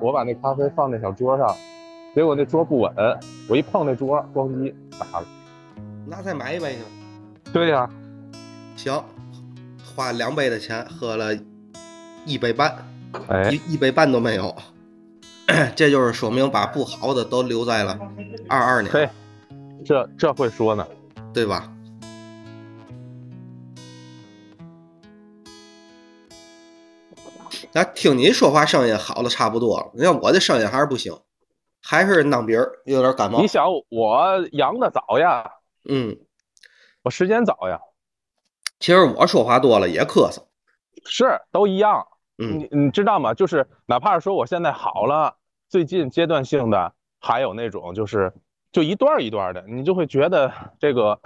我把那咖啡放在小桌上，结果那桌不稳，我一碰那桌，咣叽砸了。那再买一杯呢？对呀、行，花两杯的钱喝了一杯半，哎，一一杯半都没有。 这就是说明把不好的都留在了二二年，嘿，这这会说呢。对吧？那听你说话声音好的差不多了，你看我的声音还是不行，还是囊鼻儿，有点感冒你。想我阳的早呀，嗯，我时间早呀，其实我说话多了也咳嗽。是都一样。嗯你你知道吗？就是哪怕是说我现在好了，最近阶段性的，还有那种就是就一段儿一段儿的，你就会觉得这个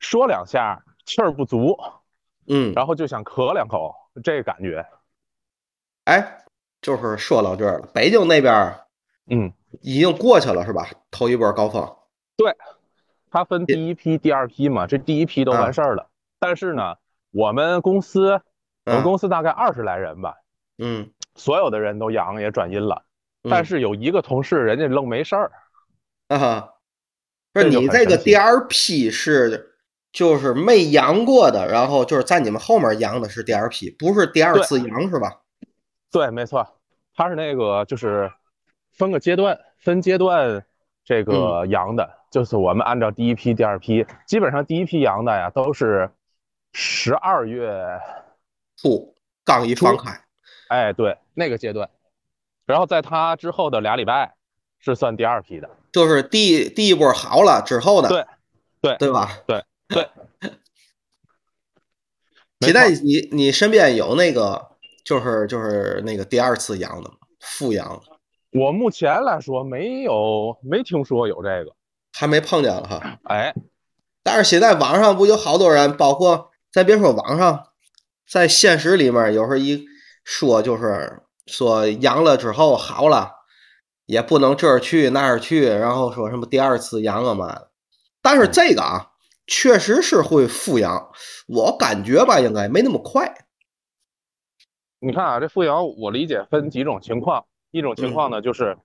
说两下气儿不足，嗯，然后就想咳两口，这感觉。哎，就是说到这儿了，北京那边儿嗯，已经过去了是吧？头一波高峰。它分第一批、第二批嘛，这第一批啊都完事儿了。但是呢，我们公司，我们嗯公司大概二十来人吧，嗯，所有的人都阳也转阴了，但嗯是有一个同事人家愣没事儿。啊哈，不是这就你很这神个奇 DRP 是就是没阳过的，然后就是在你们后面阳的是 DRP，不是第二对次阳是吧？对，没错，他是那个就是分个阶段，分阶段这个嗯阳的，就是我们按照第一批、第二批，基本上第一批阳的呀都是十二月，吐刚一放开，哎，对，那个阶段，然后在他之后的俩礼拜是算第二批的，就是第第一波好了之后的，对对对吧？没现在错你你身边有那个就是就是那个第二次阳的吗？复阳我目前来说没有没听说有这个，还没碰见了哈。哎，但是现在网上不有好多人，包括咱别说网上，在现实里面，有时候一说就是说阳了之后好了，也不能这儿去那儿去，然后说什么第二次阳啊嘛的。但嗯是这个啊，确实是会复阳，我感觉吧，应该没那么快。你看啊，这复阳我理解分几种情况，一种情况呢就是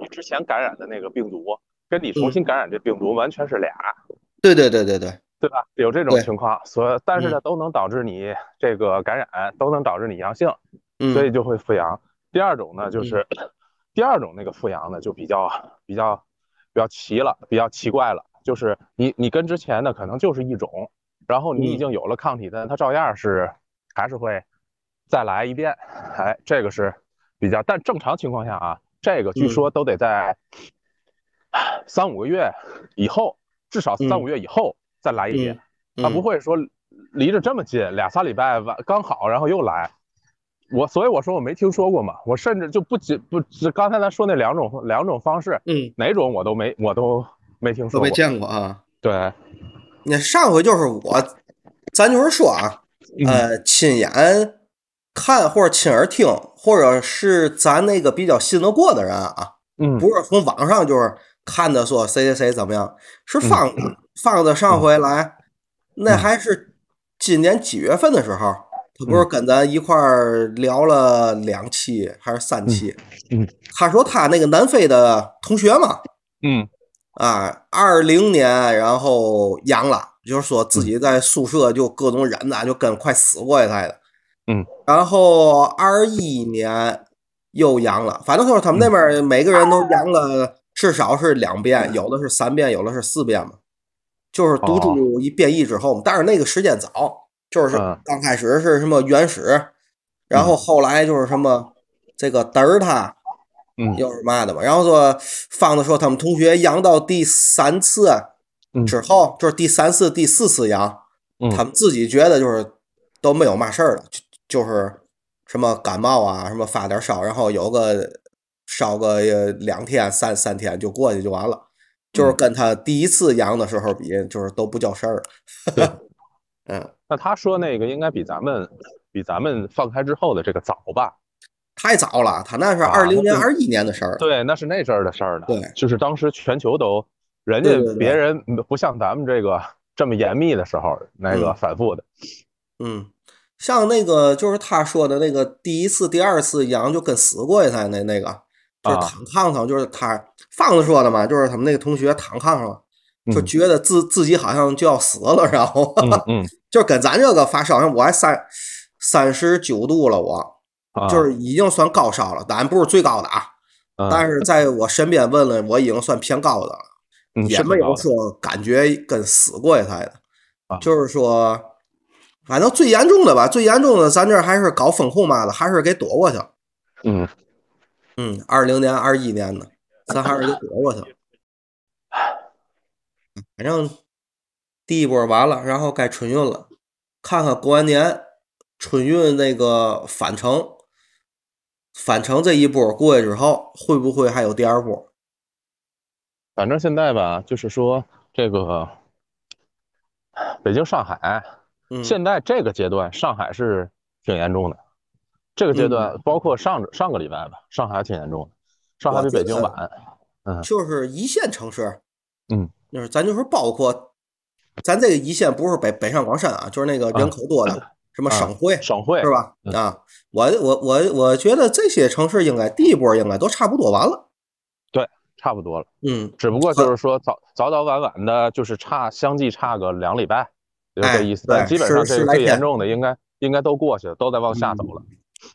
你之前感染的那个病毒，跟你重新感染这病毒完全是俩，对对对对对，对吧？有这种对情况，所以但是呢都能导致你这个感染，都能导致你阳性，所以嗯就会复阳。第二种呢就是第二种那个复阳呢就比较比较比较奇了，比较奇怪了，就是你你跟之前的可能就是一种，然后你已嗯经有了抗体，但它照样是还是会再来一遍，哎，这个是比较，但正常情况下啊，这个据嗯说都得在三五个月以后，至少三嗯五个月以后再来一遍，嗯，他不会说离着这么近，俩仨礼拜完刚好，然后又来。我所以我说我没听说过嘛，我甚至就不仅不只刚才咱说那两种两种方式，嗯，哪种我都没我都没听都说过没。见过啊。对，你上回就是我，咱就是说啊，嗯呃，亲眼看或者亲耳听，或者是咱那个比较信得过的人啊，嗯，不是从网上就是看的说谁谁谁怎么样，是 方子，方子上回来，那嗯还是今年几月份的时候，他不是嗯跟咱一块儿聊了两期还是三期？嗯嗯他说他那个南非的同学嘛，嗯啊，二零年，然后阳了，就是说自己在宿舍就各种忍呐，就跟快死过一样的。嗯，然后二一年又阳了，反正就是他们那边儿每个人都阳了，至少是两遍，有的是三遍，有的是四遍嘛。就是毒株一变异之后嘛，但是那个时间早，就是嗯刚开始是什么原始，然后后来就是什么这个德尔塔，嗯又是嘛的嘛。然后说方子说他们同学阳到第三次嗯之后，就是第三次、第四次阳，嗯他们自己觉得就是都没有嘛事儿了，就就是什么感冒啊，什么发点烧，然后有个烧个呃两天、三三天就过去就完了。就是嗯跟他第一次阳的时候比，就是都不叫事儿了。 对嗯，那他说那个应该比咱们比咱们放开之后的这个早吧？太早了，他那是啊二零年、那二一年的事儿了。对，那是那阵儿的事儿呢。对就是当时全球都，人对家对对别人 不像咱们这个这么严密的时候，那个嗯反复的。嗯，像那个就是他说的那个第一次、第二次羊就跟死过一趟那那个，就是啊躺炕上，就是他放子说的嘛，就是他们那个同学躺炕上，就嗯觉得自自己好像就要死了，然后嗯嗯 就跟咱这个发烧，我还三三十九度了，我啊， 就是已经算高烧了，咱不是最高的啊，嗯但是在我身边问了，我已经算偏高的了。嗯也是没挺有高的说感觉跟死过一台的啊，就是说，反正最严重的吧，最严重的咱这儿还是搞风控嘛的，还是给躲过去了。嗯，嗯，二零年、二一年的，咱还是给躲过去了。反正第一波完了，然后该春运了，看看过完年春运那个返程，返程这一波过去之后，会不会还有第二波？反正现在吧，就是说这个北京、上海，嗯，现在这个阶段，上海是挺严重的。这个阶段，嗯包括上上个礼拜吧，上海挺严重的，上海比北京晚。就是一线城市，嗯，就是咱就说包括咱这个一线不是北北上广深啊，就是那个人口多的、什么啊省会、省会是吧？嗯啊，我我我我觉得这些城市应该第一波应该都差不多完了，差不多了，嗯，只不过就是说早早早晚晚的，就是差相继差个两礼拜，就哎这意思。但对基本上是这个是来最严天嗯重的应该应该都过去了，都在往下走了。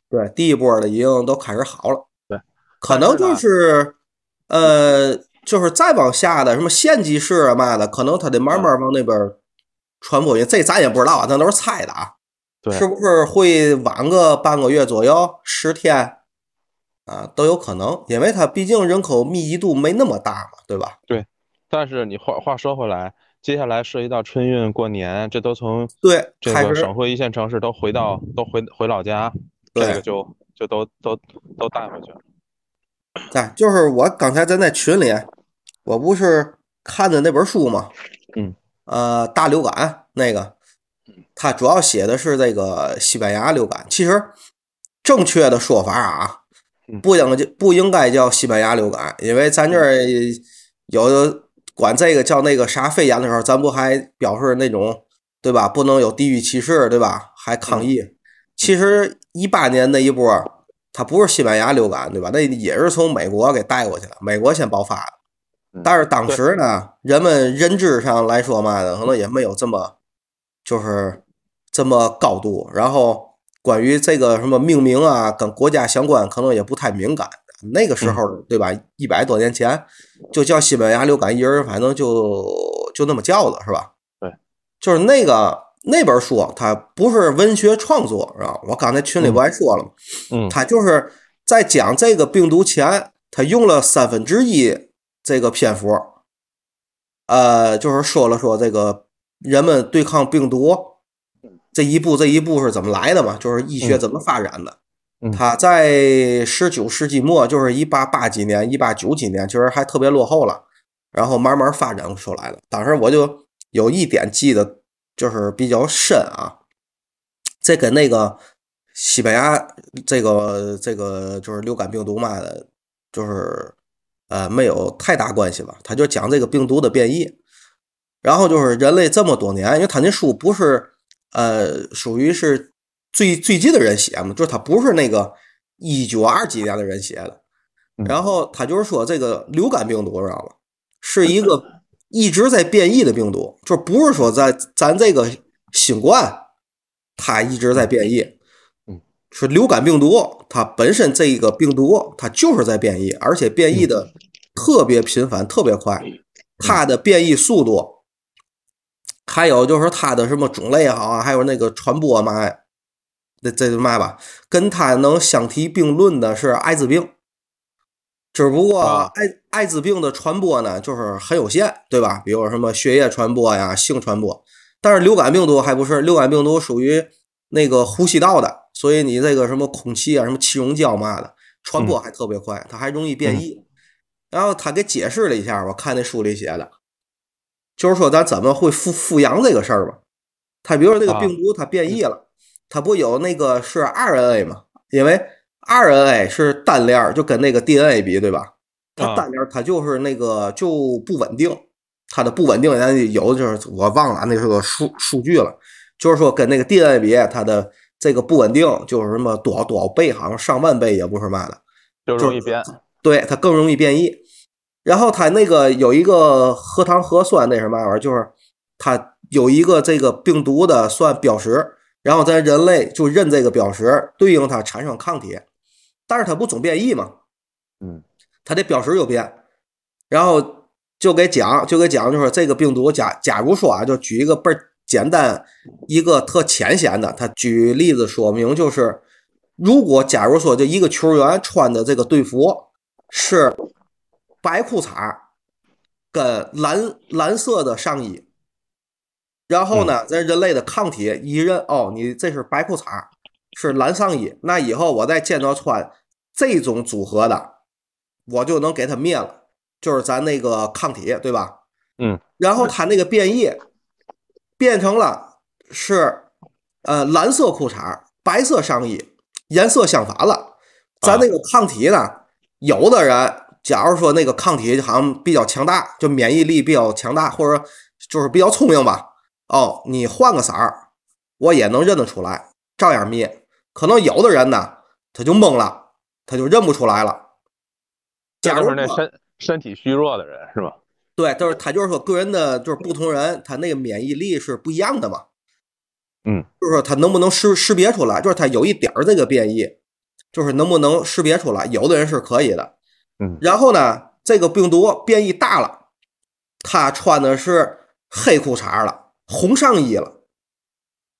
对，第一波的已经都开始好了，对，可能就但是呃，就是再往下的什么县级市啊嘛的，可能它得慢慢往那边传播去，这咱也不知道啊，咱都是猜的啊，对是不是会晚个半个月左右，十天啊都有可能，因为它毕竟人口密集度没那么大嘛，对吧？但是你话话说回来，接下来涉及到春运、过年，这都从对，这开个始省会一线城市都回到都回回老家，对这个就就都都都带回去了。哎，就是我刚才在那群里，我不是看的那本书嘛，嗯，呃，大流感那个，它主要写的是这个西班牙流感。其实正确的说法啊嗯，不应不应该叫西班牙流感，因为咱这儿嗯有的管这个叫那个啥肺炎的时候，咱不还表示那种对吧？不能有地域歧视，对吧？还抗议。嗯其实一八年那一波儿，它不是西班牙流感，对吧？那也是从美国给带过去的，美国先爆发的嗯。但是当时呢，人们认知上来说嘛的，可能也没有这么，就是这么高度。然后关于这个什么命名啊，跟国家相关，可能也不太敏感。那个时候，对吧？一百多年前，就叫西班牙流感，一人反正就就那么叫的，是吧？就是那个那本书，啊它不是文学创作，啊，我刚才群里不还说了吗？嗯它就是在讲这个病毒前，它用了三分之一这个篇幅，呃，就是说了说这个人们对抗病毒这一步这一步是怎么来的嘛，就是医学怎么发展的。嗯它在十九世纪末，就是一八八几年、一八九几年，其实还特别落后了，然后慢慢发展出来了。当时我就有一点记得，就是比较深啊，这跟那个西班牙这个这个就是流感病毒嘛的，就是呃没有太大关系吧。他就讲这个病毒的变异，然后就是人类这么多年，因为他那书不是呃属于是最最近的人写嘛，就是他不是那个一九二几年的人写的嗯。然后他就是说这个流感病毒，知道吧？是一个一直在变异的病毒，就不是说在咱这个新冠它一直在变异。是流感病毒，它本身这一个病毒它就是在变异，而且变异的特别频繁、特别快，它的变异速度，还有就是它的什么种类也好啊，还有那个传播嘛，这这就嘛吧，跟它能相提并论的是艾滋病。只不过啊艾艾滋病的传播呢，就是很有限，对吧？比如什么血液传播呀、性传播，但是流感病毒还不是，流感病毒属于那个呼吸道的，所以你这个什么空气啊、什么气溶胶嘛的，传播还特别快，它还容易变异。然后他给解释了一下，我看那书里写的，就是说咱怎么会复复阳这个事儿吧。它比如说这个啊病毒它变异了，它不有那个是 RNA 嘛？因为 RNA 是单链儿，就跟那个 DNA 比，对吧？它啊单链儿它就是那个就不稳定，它的不稳定，咱有的就是我忘了啊那是个数数据了，就是说跟那个 DNA 比，它的这个不稳定，就是什么多少多少倍，好像上万倍也不是嘛的，就容易变。对它更容易变异。然后它那个有一个核糖核酸那什么玩意儿，就是它有一个这个病毒的算标识，然后咱人类就认这个标识，对应它产生抗体。但是它不总变异嘛，嗯，它这标识就变。然后就给讲，就给讲，就是这个病毒假假如说啊，就举一个倍儿简单一个特浅显的，他举例子说明就是，如果假如说就一个球员穿的这个队服是白裤衩跟蓝蓝色的上衣，然后呢，咱人类的抗体一认哦，你这是白裤衩是蓝上衣，那以后我再见到穿这种组合的，我就能给他灭了。就是咱那个抗体，对吧？嗯，然后它那个变异变成了是呃蓝色裤衩、白色上衣，颜色相反了。啊咱那个抗体呢，有的人假如说那个抗体好像比较强大，就免疫力比较强大，或者就是比较聪明吧。哦，你换个色儿，我也能认得出来，照样灭。可能有的人呢，他就懵了，他就认不出来了。假如那身身体虚弱的人是吧？对，就是他，就是说个人的，就是不同人，他那个免疫力是不一样的嘛。嗯，就是说他能不能识识别出来，就是他有一点儿这个变异，就是能不能识别出来，有的人是可以的。嗯，然后呢，这个病毒变异大了，他穿的是黑裤衩了，红上衣了，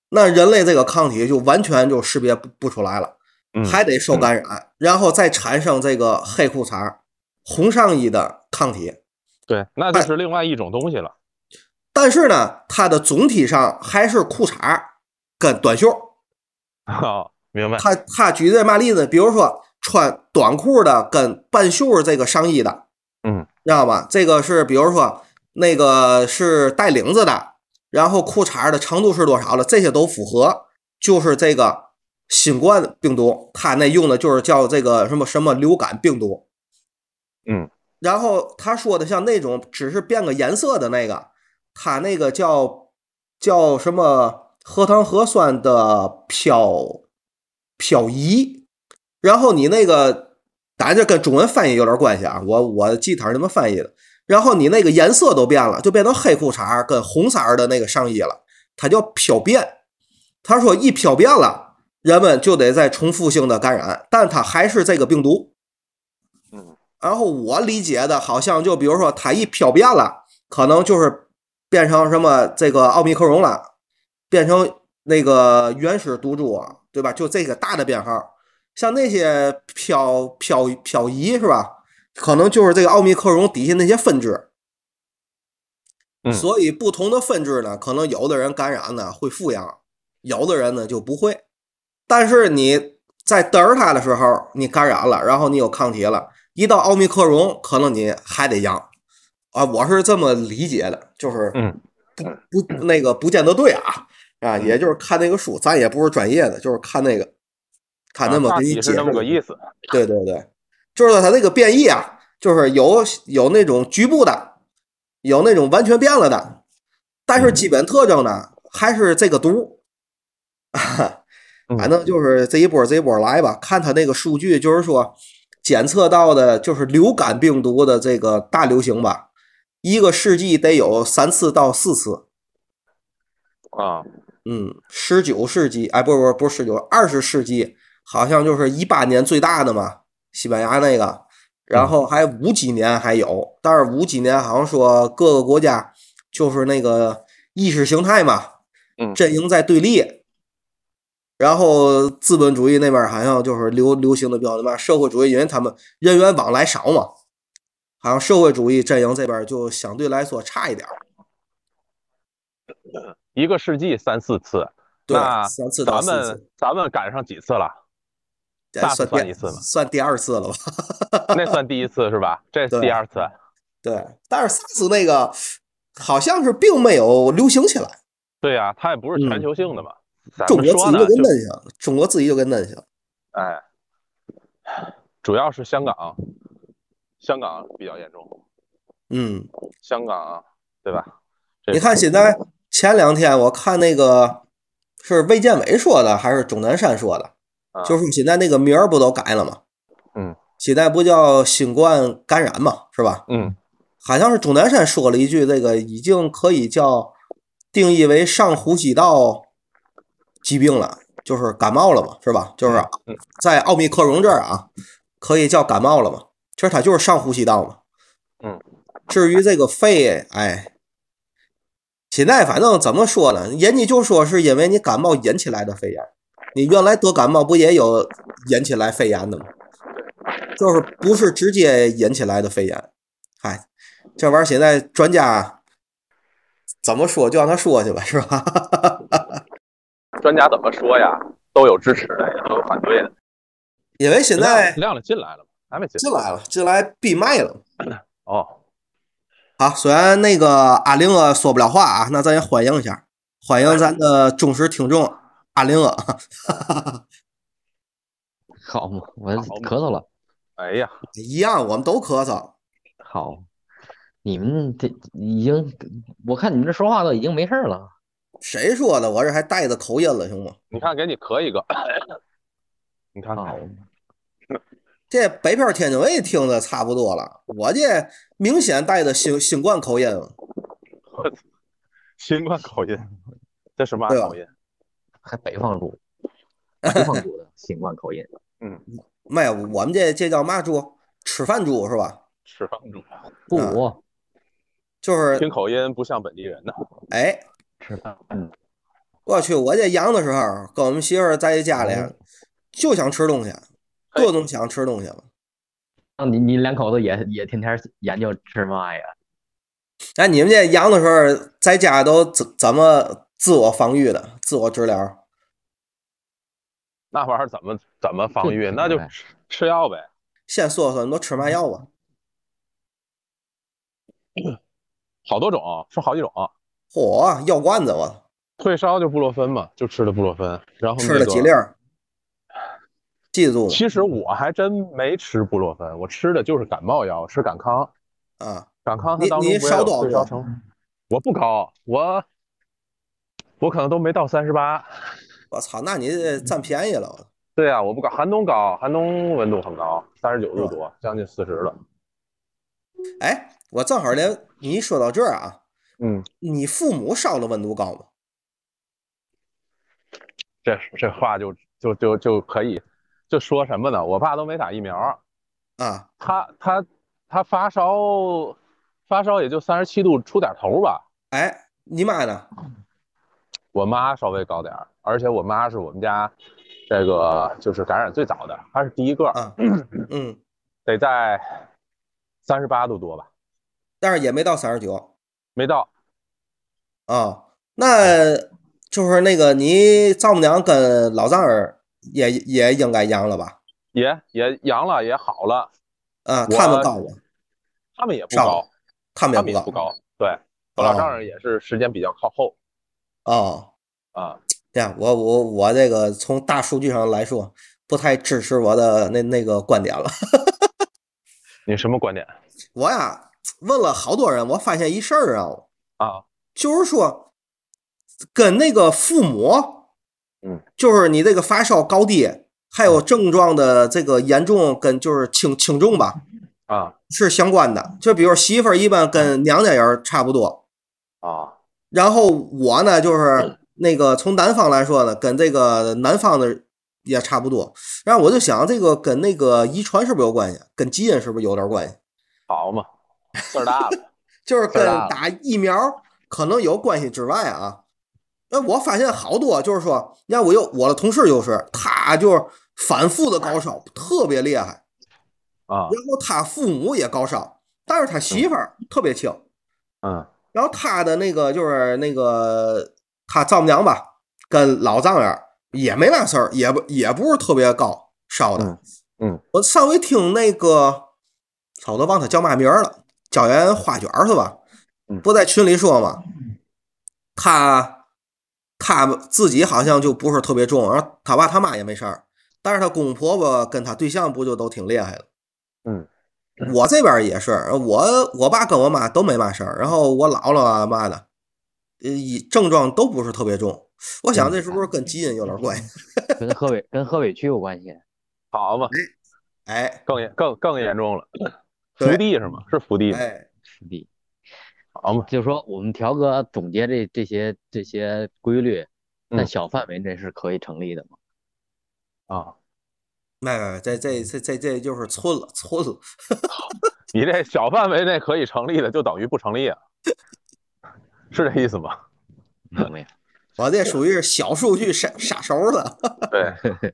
那人类这个抗体就完全就识别不不出来了，还得受感染，嗯、然后再产生这个黑裤衩。红上衣的抗体，对，那就是另外一种东西了。但是呢，它的总体上还是裤衩跟短袖。哦，明白。他他举这嘛例子，比如说穿短裤的跟半袖这个上衣的，嗯，知道吧？这个是比如说那个是带领子的，然后裤衩的长度是多少了，这些都符合，就是这个新冠病毒，它那用的就是叫这个什么什么流感病毒。嗯，然后他说的像那种只是变个颜色的那个，他那个叫叫什么核糖核酸的漂漂移，然后你那个，咱这跟中文翻译有点关系啊，我我记它是这么翻译的。然后你那个颜色都变了，就变成黑裤衩跟红色的那个上衣了，它叫漂变。他说一漂变了，人们就得再重复性的感染，但它还是这个病毒。嗯。然后我理解的，好像就比如说它一漂变了，可能就是变成什么这个奥密克戎了，变成那个原始毒株，啊对吧？就这个大的编号，像那些漂漂漂移是吧？可能就是这个奥密克戎底下那些分支。嗯，所以不同的分支呢，可能有的人感染呢会复阳，有的人呢就不会。但是你在得儿它的时候，你感染了，然后你有抗体了。一到奥密克戎，可能你还得阳啊！我是这么理解的，就是嗯，不不那个不见得对啊啊，也就是看那个书，咱也不是专业的，就是看那个他啊那么给你解释那么个意思。对对对，就是他这个变异啊，就是有有那种局部的，有那种完全变了的，但是基本特征呢还是这个毒。 反正就是这一波这一波来吧，看他那个数据，就是说。检测到的就是流感病毒的这个大流行吧，一个世纪得有三次到四次。啊，嗯，十九世纪，哎，不不不是十九，二十世纪好像就是一八年最大的嘛，西班牙那个，然后还五几年还有，但是五几年好像说各个国家就是那个意识形态嘛，嗯阵营在对立。然后资本主义那边好像就是流流行的比较嘛，社会主义因为他们人员往来少嘛，好像社会主义阵营这边就相对来说差一点一个世纪三四次，对，那三次咱到四们次，咱们赶上几次了？哎那算算第一次吧算第二次了吧？那算第一次是吧？这是第二次。对，但是 SARS 那个好像是并没有流行起来，对呀、它也不是全球性的嘛。咱嗯中们国说自己呢，就给就摁下了，中国自己就给摁下了。哎，主要是香港，香港比较严重，嗯，香港对吧？这你看现在前两天我看那个是卫健委说的还是钟南山说的？啊就是现在那个名儿不都改了吗？嗯，现在不叫新冠感染嘛，是吧？嗯好像是钟南山说了一句，这个已经可以叫定义为上呼吸道疾病了，就是感冒了嘛，是吧？就是嗯在奥密克戎这儿啊，可以叫感冒了嘛？其实它就是上呼吸道嘛。嗯，至于这个肺，哎，现在反正怎么说呢，人家就说是因为你感冒引起来的肺炎，你原来得感冒不也有引起来肺炎的吗？就是不是直接引起来的肺炎，嗨，这玩意儿现在专家怎么说就让他说去吧，是吧？专家怎么说呀？都有支持的，也都有反对的。因为现在亮亮进来了吗？还没进进来了，进来闭麦了。哦，好，虽然那个阿玲啊说不了话啊，那咱也欢迎一下，欢迎咱的忠实听众阿玲啊。好嘛，我好嘛咳嗽了。哎呀， 一样，我们都咳嗽。好，你们这已经，我看你们这说话都已经没事儿了。谁说的？我这还带着口音了，行吗？你看给你咳一 个，你看好看，，这北漂天津卫听的差不多了，我这明显带着新新冠口音了。新冠口音，这什么对啊吧口音？还北方主，北方主的新冠口音。没有，我们这这叫嘛猪？吃饭猪是吧？吃饭猪，不，就是听口音不像本地人呢。哎，吃饭。嗯，我去，我这阳的时候，跟我们媳妇儿在家里嗯就想吃东西，各种想吃东西了。那你你两口子也也天天研究吃嘛呀？哎，你们这阳的时候在家都怎怎么自我防御的？自我治疗？那玩意儿怎么怎么防 御？这那就哎吃吃药呗。先说说你都吃嘛药啊吧？好多种，是好几种。嚯，啊药罐子我操退烧就布洛芬嘛，就吃的布洛芬。然后、那个、吃了几粒儿，记住其实我还真没吃布洛芬，我吃的就是感冒药，吃感康。啊！感康它你当中你不也烧有多少退烧个成分？我不高，我我可能都没到三十八。我操，那你这占便宜了。我操对啊，我不高，寒冬高，寒冬温度很高，三十九度多，将近四十了。哎，我正好连你一说到这儿啊，嗯，你父母烧的温度高吗？这这话就就就就可以，就说什么呢？我爸都没打疫苗，啊，他他他发烧发烧也就三十七度出点头吧。哎，你妈呢？我妈稍微高点儿，而且我妈是我们家这个就是感染最早的，她是第一个， 啊，嗯，得在三十八度多吧，但是也没到三十九没到。啊。那就是那个你丈母娘跟老丈人也也应该阳了吧？也也阳了，也好了，啊，我他们高吗？他们也不上高了，他他们们也也不不高。高。对，我老丈人也是时间比较靠后哦，啊。这样，我我我这个从大数据上来说，不太支持我的那那个观点了。你什么观点我呀问了好多人，我发现一事儿啊，啊？就是说，跟那个父母，嗯，就是你这个发烧高低，还有症状的这个严重跟就是轻轻重吧，啊是相关的。就比如媳妇儿一般跟娘家人儿差不多，啊然后我呢就是那个从南方来说呢，跟这个南方的也差不多。然后我就想，这个跟那个遗传是不是有关系？跟基因是不是有点关系？好嘛，岁儿大了就是跟是吧打疫苗可能有关系之外啊，那我发现好多就是说，你看我有我的同事就是他就是反复的高烧，特别厉害，啊，然后他父母也高烧，但是他媳妇儿特别轻，嗯然后他的那个就是那个他丈母娘吧，跟老丈人也没嘛事儿，也不也不是特别高烧的。嗯嗯我上回听那个，操，我都忘他叫嘛名儿了，椒盐花卷儿是吧嗯？不在群里说嘛，他他自己好像就不是特别重，然后他爸他妈也没事儿，但是他公公婆婆跟他对象不就都挺厉害的。嗯，我这边儿也是，我我爸跟我妈都没嘛事儿，然后我姥姥啊嘛的，呃，以症状都不是特别重，我嗯想这是不是跟基因有点关系？跟河北跟河北区有关系。好嘛，哎更严更更严重了，对伏地是吗？是伏地吗，哎，是的，好嘛，就是说我们条哥总结这这些这些规律，在嗯小范围内是可以成立的嘛？啊，没没没，这这这这这就是寸了寸了，你这小范围内可以成立的，就等于不成立啊，是这意思吗？明白呀？我这属于是小数据杀杀手了。对，嗯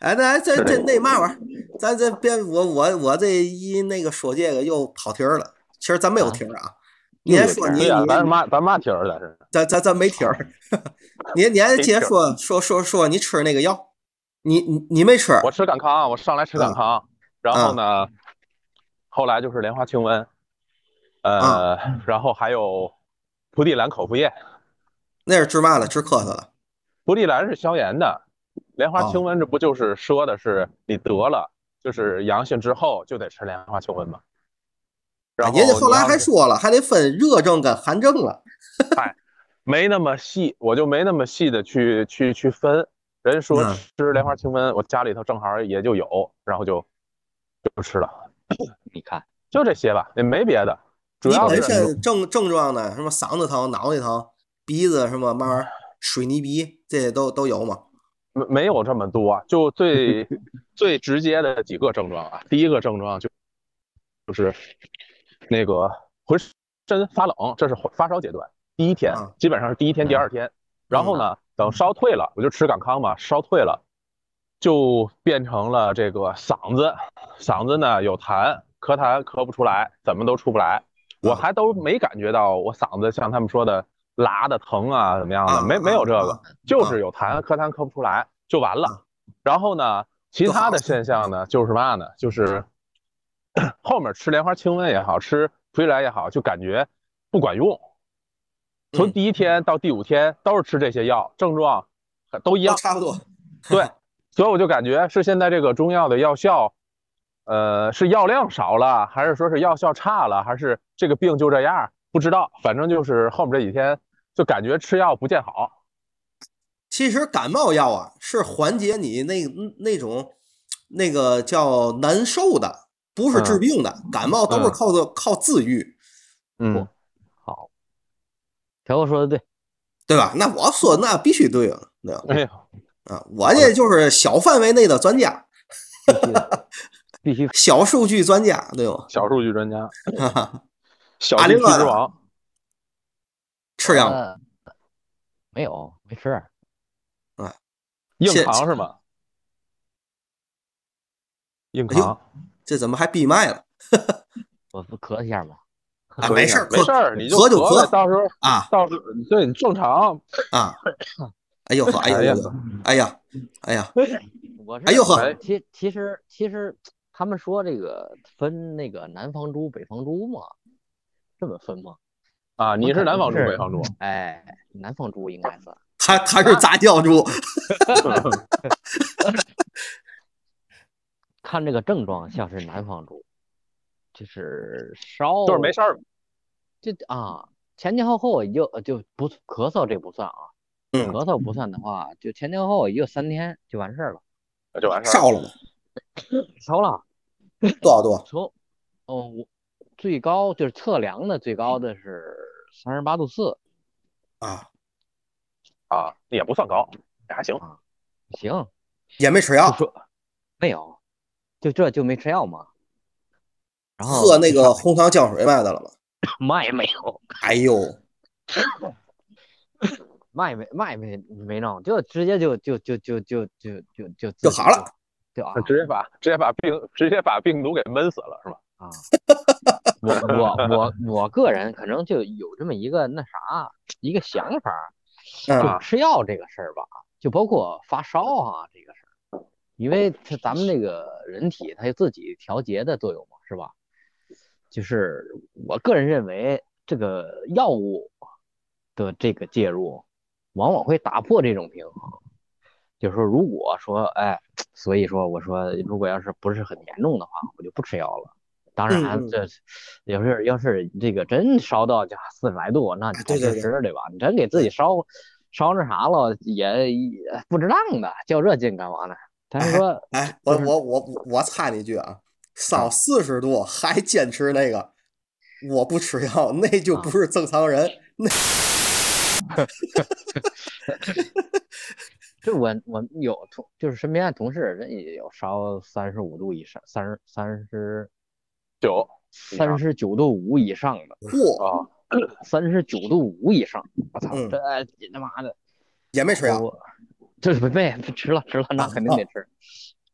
哎，那这是这那嘛玩意儿，咱这别我我我这一那个说这个又跑题儿了。其实咱没有题儿啊，你还说你对你呀、咱骂咱骂题儿了是，咱咱咱没题儿， 你你还没接题着儿说说说说你吃那个药，你你你没吃？我吃感康，啊我上来吃感嗯康，然后呢，后来就是莲花清瘟，呃，嗯然后还有蒲地蓝口服液，那是治嘛了？治咳嗽了。蒲地蓝是消炎的，莲花哦清瘟这不就是说的是你得了就是阳性之后就得吃莲花清瘟吗？然后人啊家后来你要还是说了，还得分热症跟寒症了。没那么细，我就没那么细的去去去分。人说嗯吃莲花清瘟，我家里头正好也就有，然后就就吃了，你看，就这些吧，也没别的。主你要本是身症症状呢，什么嗓子疼、脑袋疼、鼻子什么嘛玩意儿，水泥鼻这些都都有嘛。没没有这么多，啊就 最最直接的几个症状啊。第一个症状就就是那个浑身发冷，这是发烧阶段，第一天啊嗯基本上是第一天、第二天。然后呢，等烧退了，我就吃感康嘛，烧退了就变成了这个嗓子，嗓子呢有痰，咳痰咳不出来，怎么都出不来。我啊还都没感觉到我嗓子像他们说的拉的疼啊，怎么样的，啊没没有这个啊，就是有痰，咳痰咳不出来就完啊了。然后呢，其他就好的了嗯现象呢，就是嘛呢，就是 后面吃莲花清瘟也好吃普利来也好，就感觉不管用。从嗯第一天到第五天都是吃这些药，症状都一都 样。差不多。对，所以我就感觉是现在这个中药的药效，呃，是药量少了，还是说是药效差了，还是这个病就这样？不知道，反正就是后面这几天就感觉吃药不见好。其实感冒药啊，是缓解你那那种那个叫难受的，不是治病的。感冒都是嗯靠着、靠自愈，嗯，好，条哥说的对。对吧？那我说那必须对了，对吧？哎呀，啊，我这就是小范围内的专家，必须小数据专家，对吗？小数据专 家，哈哈小啊地另区外之王，吃药吗呃没有，没吃。硬现扛是吗？硬哎呦扛，这怎么还闭麦 了我不咳一下吗？啊？咳一没下事儿，没事咳儿，你就咳就呗咳到时候啊到时候对你正常，啊！哎呦呵，哎呦哎呀呦，哎呀，哎呀，我是哎呦呵哎其其实其实他们说这个分那个南方猪北方猪嘛，这么分吗？啊，你我是可南能方猪，是北方猪，哎，南方猪应该算。他他是杂交猪，看这个症状像是南方猪，就是烧， 就是没事儿。这啊，前前后后也就就不咳嗽这不算啊，嗯咳嗽不算的话，就前前后后也就三天就完事儿了，就完事儿了。烧了吗？烧了。多少度？从，哦，我最高就是测量的最高的是三十八度四，啊？啊，也不算高，也还行。行，也没吃就药，说没有，就这就没吃药嘛。然后喝那 个红糖姜水卖的了吗？嘛也没有，哎呦，嘛也没嘛也没没弄，就直接就就就就就就就就就好了，就啊直接把直接把病直接把病毒给闷死了是吧？啊！我我我我个人可能就有这么一个那啥一个想法儿，嗯啊就吃药这个事儿吧，就包括发烧啊这个事儿，因为它咱们这个人体它有自己调节的作用嘛，是吧？就是我个人认为，这个药物的这个介入，往往会打破这种平衡。就是说，如果说，哎，所以说，我说，如果要是不是很严重的话，我就不吃药了。当然嗯嗯，这要是要是这个真烧到就四十来度，那你对再啊对吃对吃，对吧？你真给自己烧烧那啥了也也不值当的，较这劲干嘛呢？咱 说，哎，我就是我我我我插你一句啊，烧四十度还坚持那个，我不吃药，那就不是正常人。这我我有同就是身边的同事，人也有烧三十五度以上，三十三十九三十九度五以上的，嚯，啊，三十九度五以上，我操，嗯这你他妈的，也没吃啊药，我这不被吃了吃了，那肯定 得吃，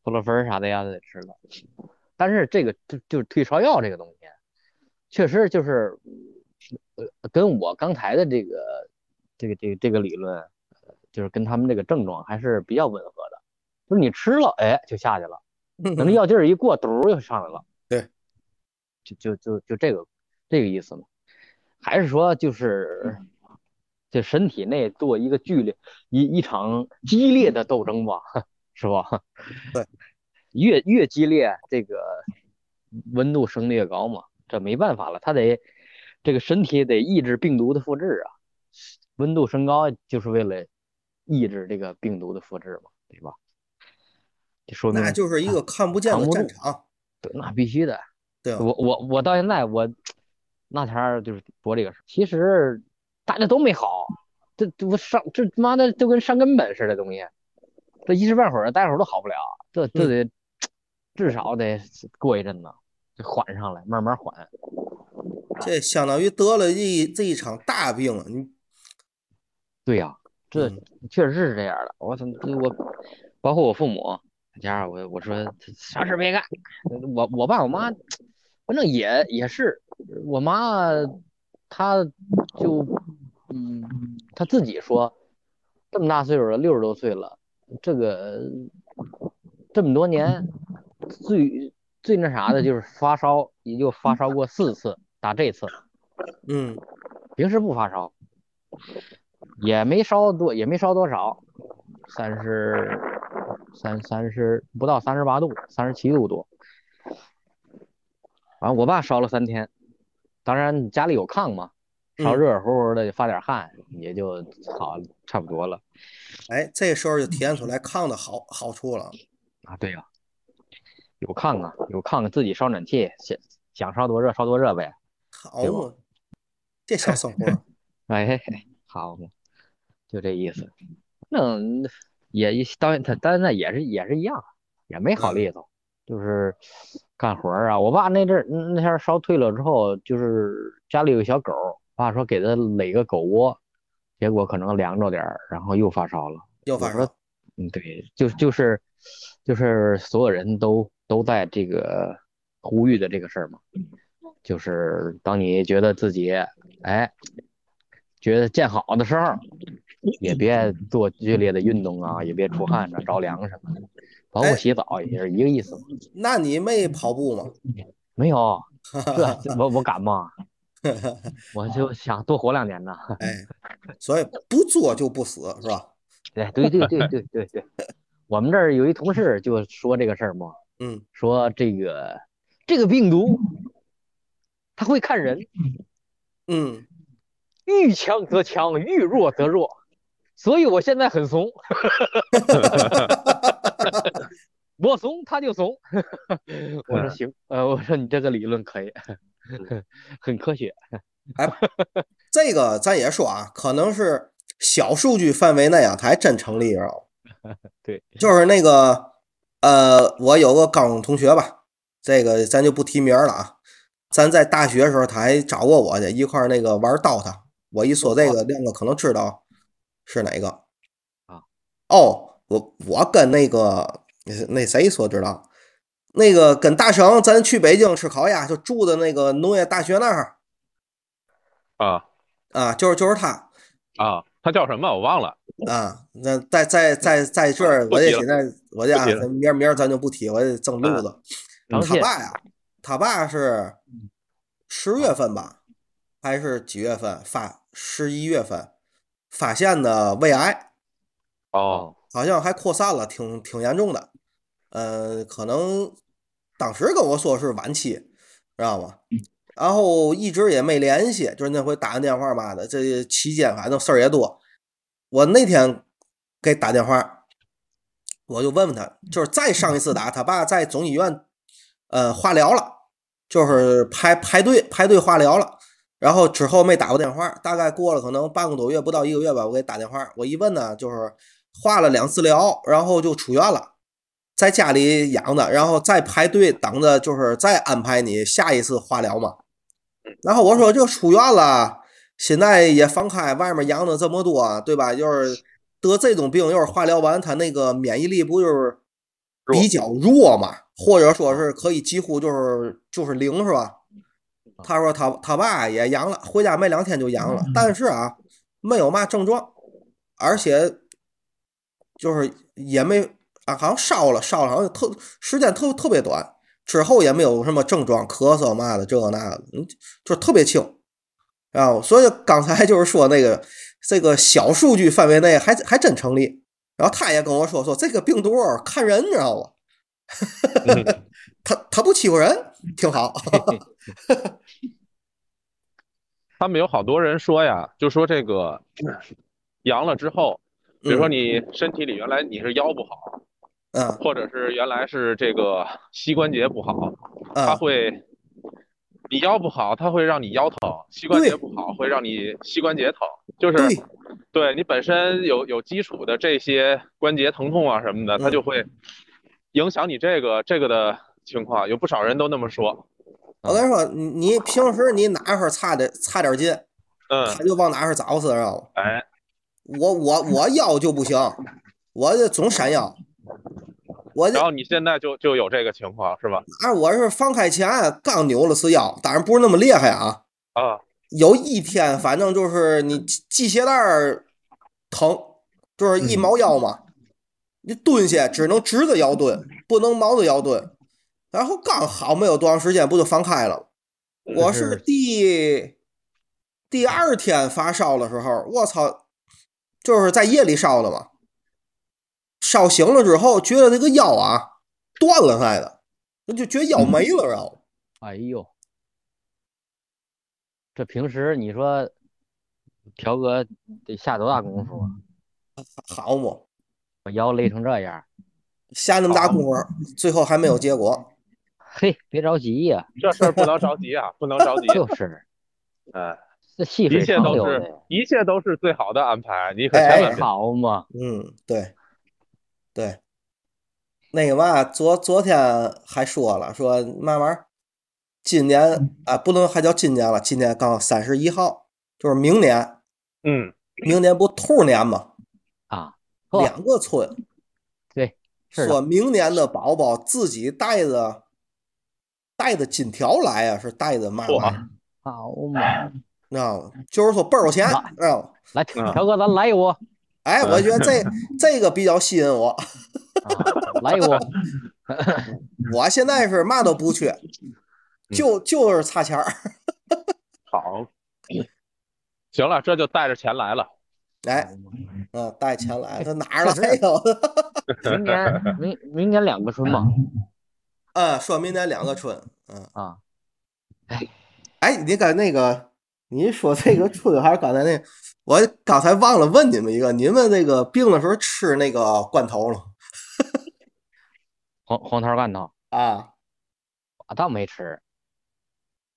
布洛芬儿啥的呀得吃了。但是这个就就是退烧药这个东西，确实就是呃跟我刚才的这个这个这个这个理论，呃就是跟他们这个症状还是比较吻合的，就是你吃了哎就下去了。 可能药劲儿一过，嘟儿就上来了。对，就就就就这个这个意思嘛，还是说就是嗯这身体内做一个剧烈一一场激烈的斗争吧， 是吧？对， 越越激烈，这个温度升的越高嘛，这没办法了，他得这个身体得抑制病毒的复制啊，温度升高就是为了抑制这个病毒的复制嘛，对吧？这说明那就是一个看不见的战场，对，那必须的。对吧？我我我到现在我那天儿就是说这个事儿，其实大家都没好，这这不伤这他妈的就跟伤根本似的东西，这一时半会儿待会儿都好不了，这这得、至少得过一阵子，得缓上来，慢慢缓。这相当于得了一这一场大病啊！你对呀、这嗯确实是这样的。我操，这我包括我父母，再加上我，我说啥事儿别干。我我爸我妈，反正也也是，我妈她就嗯，她自己说，这么大岁数了，六十多岁了，这个这么多年最最那啥的就是发烧，也就发烧过四次，打这次。嗯，平时不发烧，也没烧多，也没烧多少，三十三三十不到三十八度，三十七度多。完、我爸烧了三天，当然家里有炕嘛，烧嗯热乎乎的就发点汗，也就好差不多了哎，这时候就体现出来抗的好好处了。啊。对呀、有炕啊，有炕自己烧暖气，想想烧多热烧多热呗。好嘛，这小生活，哎，好嘛，就这意思。那也一当然他，但那也是也是一样，也没好利索，就是干活儿啊。我爸那阵儿那天儿烧退了之后，就是家里有个小狗，爸说给他垒个狗窝，结果可能凉着点儿，然后又发烧了。又发烧，嗯，对，就就是就是所有人都都在这个呼吁的这个事儿嘛，就是当你觉得自己哎觉得见好的时候，也别做剧烈的运动啊，也别出汗啊、着凉什么的，包括哎洗澡也是一个意思嘛。那你没跑步吗？没有，这这我我敢吗？我就想多活两年呢。哎，所以不作就不死，是吧？对哎对对对对对对，我们这儿有一同事就说这个事儿嘛。嗯，说这个这个病毒，它会看人，嗯，遇强则强，遇弱则弱，所以我现在很怂，我怂他就怂。我说行，呃，我说你这个理论可以，很科学。这个咱也说啊，可能是小数据范围内啊，它还真成立了。 对，就是那个，呃，我有个高中同学吧，这个咱就不提名了啊。咱在大学的时候，他还找过我去一块儿那个玩 DOTA。我一说这个，亮哥可能知道是哪个啊？哦，我我跟那个那谁说知道？那个跟大成，咱去北京吃烤鸭，就住的那个农业大学那儿啊啊，就是就是他。啊，他叫什么我忘了， 啊，那在在在在这儿，不我提了这现在我这啊，不提了啊咱明儿明儿咱就不提，我得正路子。嗯他螃蟹爸呀，他爸是嗯十月份吧，还是几月份发？十一月份发现的胃癌， 哦，好像还扩散了，挺挺严重的。呃，可能当时跟我说是晚期，知道吗？然后一直也没联系，就是那回打个电话嘛的，这期间反正事儿也多，我那天给打电话，我就问问他，就是再上一次打，他爸在总医院呃化疗了，就是排排队排队化疗了。然后之后没打过电话，大概过了可能半个多月不到一个月吧，我给打电话，我一问呢，就是化了两次疗，然后就出院了，在家里养的，然后再排队等着，就是再安排你下一次化疗嘛。然后我说就出院了，现在也放开，外面养的这么多，对吧？就是得这种病，要是化疗完，他那个免疫力不就是比较弱嘛，或者说是可以几乎就是就是零，是吧？啊他说他他爸也阳了，回家没两天就阳嗯了，但是啊，没有嘛症状，而且就是也没啊，好像烧了烧了，好像特时间特特别短，之后也没有什么症状，咳嗽嘛的这个那的，嗯，就是特别轻啊。所以刚才就是说那个这个小数据范围内还还真成立。然后他也跟我说说这个病毒啊看人，你知道吗？嗯他他不欺负人，挺好。他们有好多人说呀，就说这个 阳了之后， 比如说你身体里原来你是腰不好，嗯，或者是原来是这个膝关节不好，嗯它会你腰不好，它会让你腰疼；膝关节不好，会让你膝关节疼。就是对对你本身有有基础的这些关节疼痛啊什么的，它嗯就会影响你这个这个的情况。有不少人都那么说，我嗯跟你说，你你平时你哪块儿差点差点劲，嗯，他就往哪块儿找死，知道吗？哎，我我 我腰就不行，我这总闪腰，我这然后你现在就就有这个情况是吧？啊我是放开前刚扭了次腰，当然不是那么厉害啊。啊，有一天，反正就是你系系鞋带儿疼，就是一猫腰嘛，你蹲下只能直着腰蹲，不能毛着腰蹲。然后刚好没有多长时间，不就放开了吗？我是是第第二天发烧的时候，我操，就是在夜里烧的嘛。烧醒了之后，觉得这个腰啊断了似的，我就觉得腰没了，然后哎呦，这平时你说条哥得下多大功夫啊？好嘛，把腰勒成这样儿，下那么大功夫，最后还没有结果。嘿，别着急呀、这事儿不能着急啊，不能着 急，就是哎，这细一水切长都流的是呀，一切都是最好的安排，你可哎千哎万别。好嘛，嗯，对，对，那个嘛，昨昨天还说了，说嘛玩意儿，今嗯年啊，不能还叫今年了，今年刚三十一号，就是明年，嗯，明年不兔年嘛，啊，呵两个村，是说的，明年的宝宝自己带着带着金条来啊，是带着嘛玩意儿，好嘛，你知道吗？就是说倍儿有钱，哇知道吗？来，条嗯哥，咱来一窝，哎，我觉得这这个比较吸引我，啊，来一窝， 我现在是嘛都不缺，嗯就就是差钱儿。好，行了，这就带着钱 来了。哎，嗯，带钱哎来，他哪儿来确实 的？明年明明年两个春嘛，嗯啊，说明年两个春，嗯，啊，哎，你刚那个，你一说这个春还是刚才那，我刚才忘了问你们一个，你们那个病的时候吃那个罐头了吗黄黄桃罐头，啊？我倒没吃，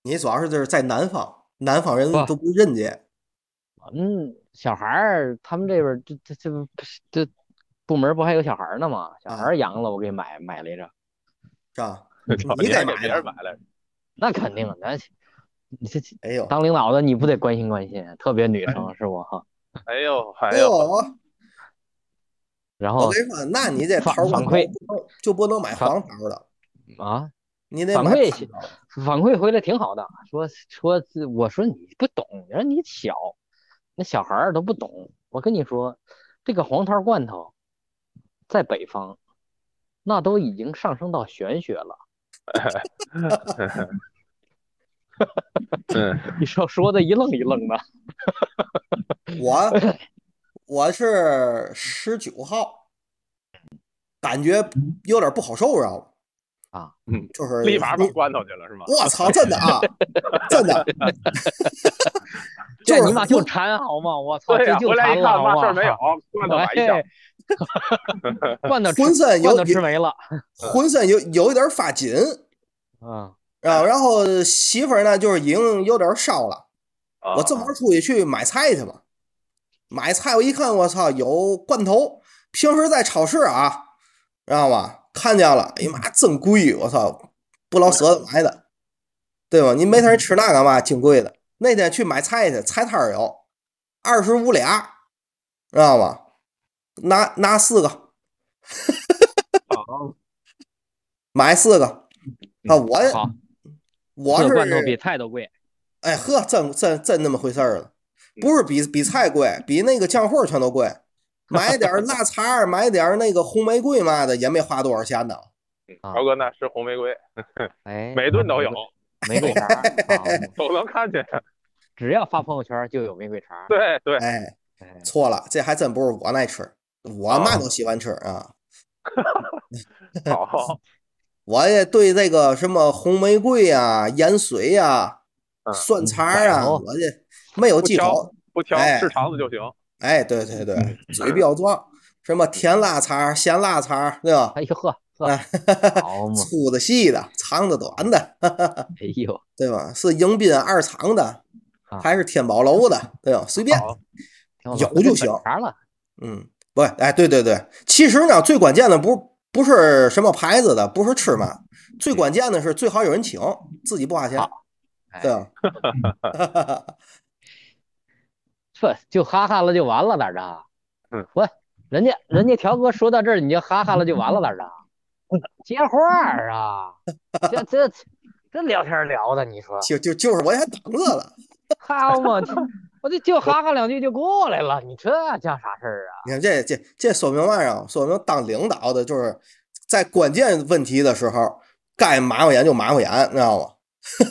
你主要是就是在南方，南方人不都不认这，嗯，小孩儿他们这边儿这这这不这部门儿不还有小孩儿呢吗？小孩嗯儿阳了，我给买买来着，是吧？操你你还得给买别呀人买来着，那肯嗯定，那你这这哎呦，当领导的你不得关心关心，特别女生是不哈？哎呦，哎哎呦呦，，我然我后跟你说，那你这哦反桃儿罐反头馈不能就不能买反黄桃的，啊，你得反买馈蟠是桃的反馈回来挺好的，说说这我说你不懂，我说你小，那小孩儿都不懂。我跟你说，这个黄桃罐头在北方，那都已经上升到玄学了。 嗯，你说说的一愣一愣 的，我我是十九号，感觉有点不好受，知道吗？啊，嗯就是立马把关头去了是吗？我操，真的啊，真的，就这是哎你妈很就复馋好吗？我操，对这呀，就回来馋一了看，好嘛事吗儿？没有， 罐头崴一下哎， 罐头吃浑身有罐头吃没了，浑身有有一点发紧嗯，啊，然后媳妇儿呢就是已经有点烧了。啊我正好出去去买菜去嘛，买菜我一看，我操，有罐头。平时在超市啊，知道吧？看见了，哎呀妈，真贵！我操，不老舍得买的，对吧？你没事儿吃那干嘛？挺贵的。那天去买菜去，菜摊儿有二十五俩，知道吧？拿拿四个， 啊买四个。啊，嗯我好，我这是罐头比菜都贵，哎呵，真真真那么回事儿了，嗯不是比比菜贵，比那个酱货儿全 都贵。买点儿腊肠儿，买点儿那个红玫瑰嘛的，也没花多少钱呢。啊超哥那是红玫瑰，哎，每顿都有，玫瑰肠儿， 啊都能看见。只要发朋友圈就有玫瑰肠儿，对对，哎，哎，错了，这还真不是我爱吃，我哦嘛都喜欢吃啊。哎 好，我也对这个什么红玫瑰啊、盐水呀、嗯蒜肠儿嗯啊，哎呦我这没有不忌挑口。不挑哎，吃肠子就行。哎，对对对，嘴比较壮，什么甜腊肠儿、咸腊肠儿，对吧哎？呦呵，呵哎，好 嘛，粗的、细的，长的、短的。哎呦，对吧？是迎宾二厂的啊，还是天宝楼的？对吧？随便，好，挺好有这就本行肠儿了，嗯，不，哎，对对对，其实呢，最关键的不不是什么牌子的，不是吃嘛，最关键的是最好有人请，自己不花钱嗯好，哎对吧？这就哈哈了就完了，咋着？嗯，我人家人家条哥说到这儿，你就哈哈了就完了，咋着？接话儿啊，这这这聊天儿聊的，你 说就就就是我还等着了，好嘛？这我这就哈哈两句就过来了，你这叫啥 事儿啊？你看这这这说明嘛呀？说明当领导的就是在关键问题的时候该马虎眼就马虎眼，你知道吗？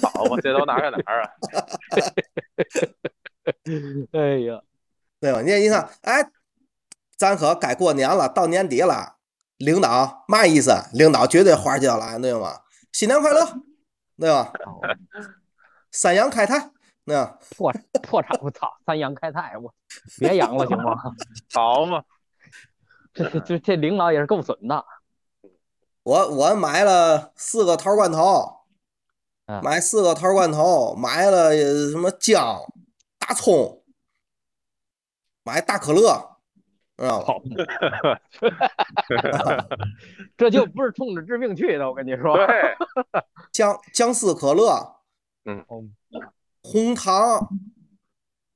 好，我这都拿个哪儿啊？哎呀，对吧？你这一看，哎，咱可该过年了，到年底了，领导嘛意思？领导绝对花椒了，对吗？新年快乐，对吧？好三羊开泰，对吧？破破产，我操，三羊开泰，我别养了行吗？ 好嘛，这这这这领导也是够损的，我我买了四个桃罐头，嗯买四个桃罐头，买了呃什么姜、大葱，买大可乐，知道吧？好嘛，这就不是冲着治病去的，我跟你说。 对，嗯姜姜丝可乐，红糖，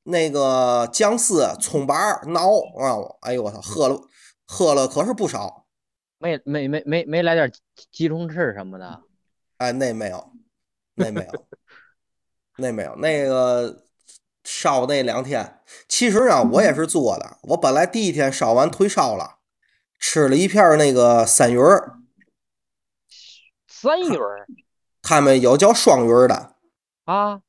那个姜丝、葱白儿、熬啊！我哎呦我操，喝了喝了可是不少，没没没没没来点鸡鸡中翅什么的，哎，那没有，那没有，那没有，那个烧那两天，其实啊，我也是做的，我本来第一天烧完退烧了，吃了一片儿那个三鱼儿，三鱼儿他们有叫双鱼儿的， 啊，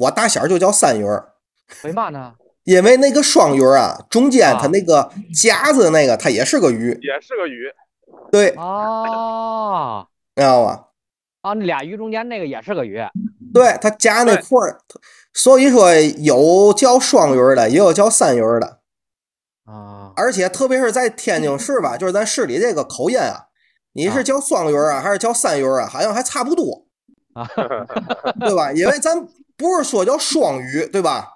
我打小就叫三鱼儿。为嘛呢？因为那个双鱼儿啊，中间它啊那个夹子那个，它也是个鱼，也是个鱼，对，啊知道吧？啊，那俩鱼中间那个也是个鱼，对，它夹那对块儿，所以说有叫双鱼儿的，也有叫三鱼儿的，啊，而且特别是在天津市吧，就是咱市里这个口音啊，你是啊叫双鱼儿啊，还是叫三鱼儿啊，好像还差不多，啊 对吧？因为咱不是说叫双鱼，对吧？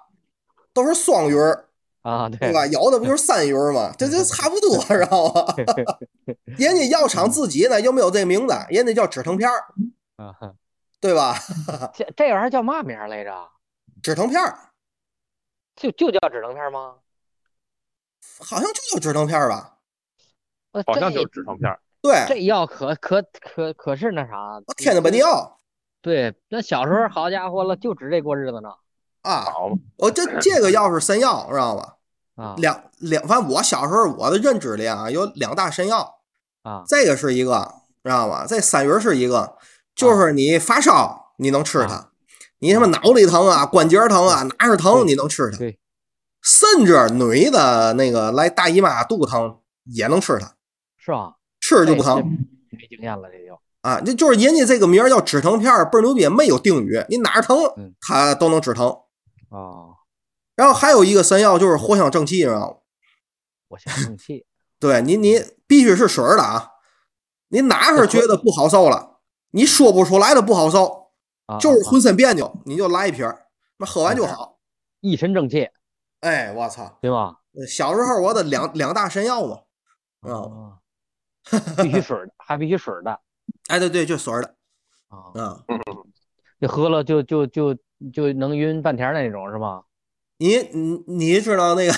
都是双鱼儿，啊，对对，吧？有的不就是三鱼儿嘛，这这差不多，知道吗？人家药厂自己呢又没有这名字，人家叫止疼片儿， 啊哈对吧？这这玩意儿叫嘛名儿来着？止疼片儿就就叫止疼片吗？好像就叫止疼片儿吧？呃好像这就是止疼片儿。对，这药可可可可是那啥，天津本地药。对，那小时候好家伙了，就指这过日子呢啊，好嘛，我这这个药是神药，知道吧？啊两两，反正我小时候我的认知里啊，有两大神药，啊这个是一个，知道吧？这三鱼是一个，就是你发烧你能吃它啊，你他妈脑里疼啊，关节疼啊，哪儿疼对你能吃它对，甚至女的那个来大姨妈肚疼也能吃它，是吧？吃就这不这疼没经验了，这就啊。这就是人家这个名儿叫止疼片儿，倍儿牛逼，没有定语，你哪儿疼嗯它都能止疼。哦，然后还有一个神药就是藿香正气，你知道吗？我想生气，对你，你必须是水儿的啊！你哪是觉得不好受了，你说不出来的不好受，啊就是啊啊浑身别扭，你就来一瓶儿，那喝完就好。一身正气，哎，我操！呃对吗？小时候我的两两大神药嘛，啊，哦 啊，必须水儿的，还必须水儿的哎，对对，就水儿的，嗯啊，啊，就喝了就就就就能晕半天儿那种是吗？你你你知道那个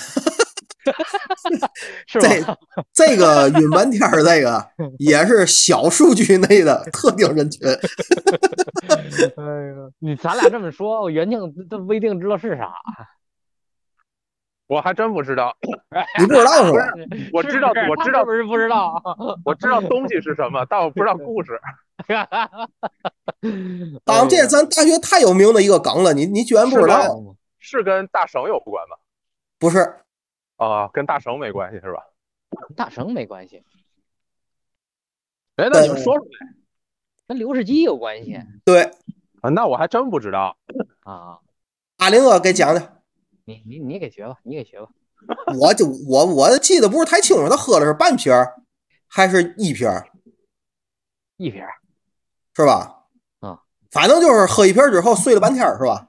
是这吧？这个云半天儿这个也是小数据内的特定人群， 哎呀，你咱俩这么说，我袁静都不一定知道是啥。我还真不知 道，你不知道是吧？ 我知道是不是我知道他是不是不知 道？我知道东西是什 么，但我不知道故事。当然，这是咱大学太有名的一个梗了，你你居然不知是道吧？是跟大绳有关吗？不是，啊，跟大绳没关系是吧？大绳没关系，哎，那你们说出来跟刘世基有关系对，啊？那我还真不知道。啊。阿林哥给讲讲，你你你给学吧，你给学吧。 我就我我记得不是太清楚，他喝的是半瓶儿还是一瓶儿，一瓶儿是吧？啊，反正就是喝一瓶儿之后睡了半天儿，是吧？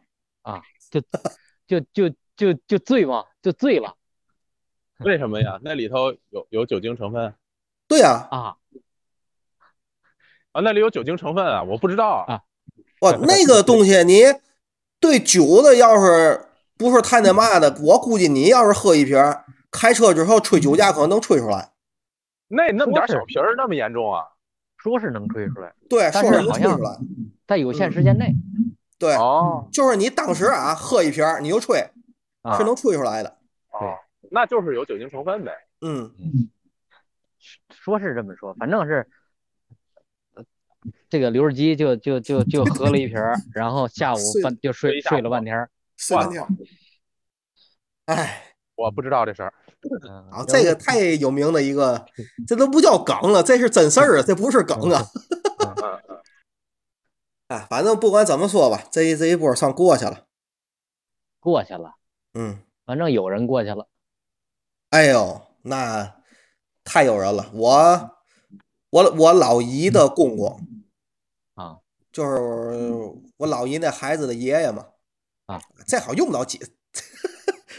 就就就就醉嘛，就醉了 为什么呀？那里头有有酒精成分对呀、啊！啊？那里有酒精成分啊？我不知道啊啊哇， 那个东西你对酒的要是不是太那嘛的，我估计你要是喝一瓶儿，开车之后吹酒驾可能能吹出来。那那么点说是小瓶儿那么严重啊？说是能吹出来，对，说但是能好吹像出来。在有限时间内对，哦就是你当时啊喝一瓶儿你就吹，嗯啊是，能吹出来的。哦，那就是有酒精成分呗。嗯，说是这么说，反正是。呃这个刘世基就就 就就喝了一瓶儿，然后下午睡半就睡睡一下午睡了半天儿。睡半天儿。哎，我不知道这事儿。嗯啊，这个太有名的一个，这都不叫梗了，这是真事儿啊，这不是梗啊。嗯嗯，哎，反正不管怎么说吧，这一这一波算过去了。过去了，嗯，反正有人过去了。哎呦，那太有人了。我我我老姨的公公嗯啊，就是我老姨那孩子的爷爷嘛。啊，这好用不着解，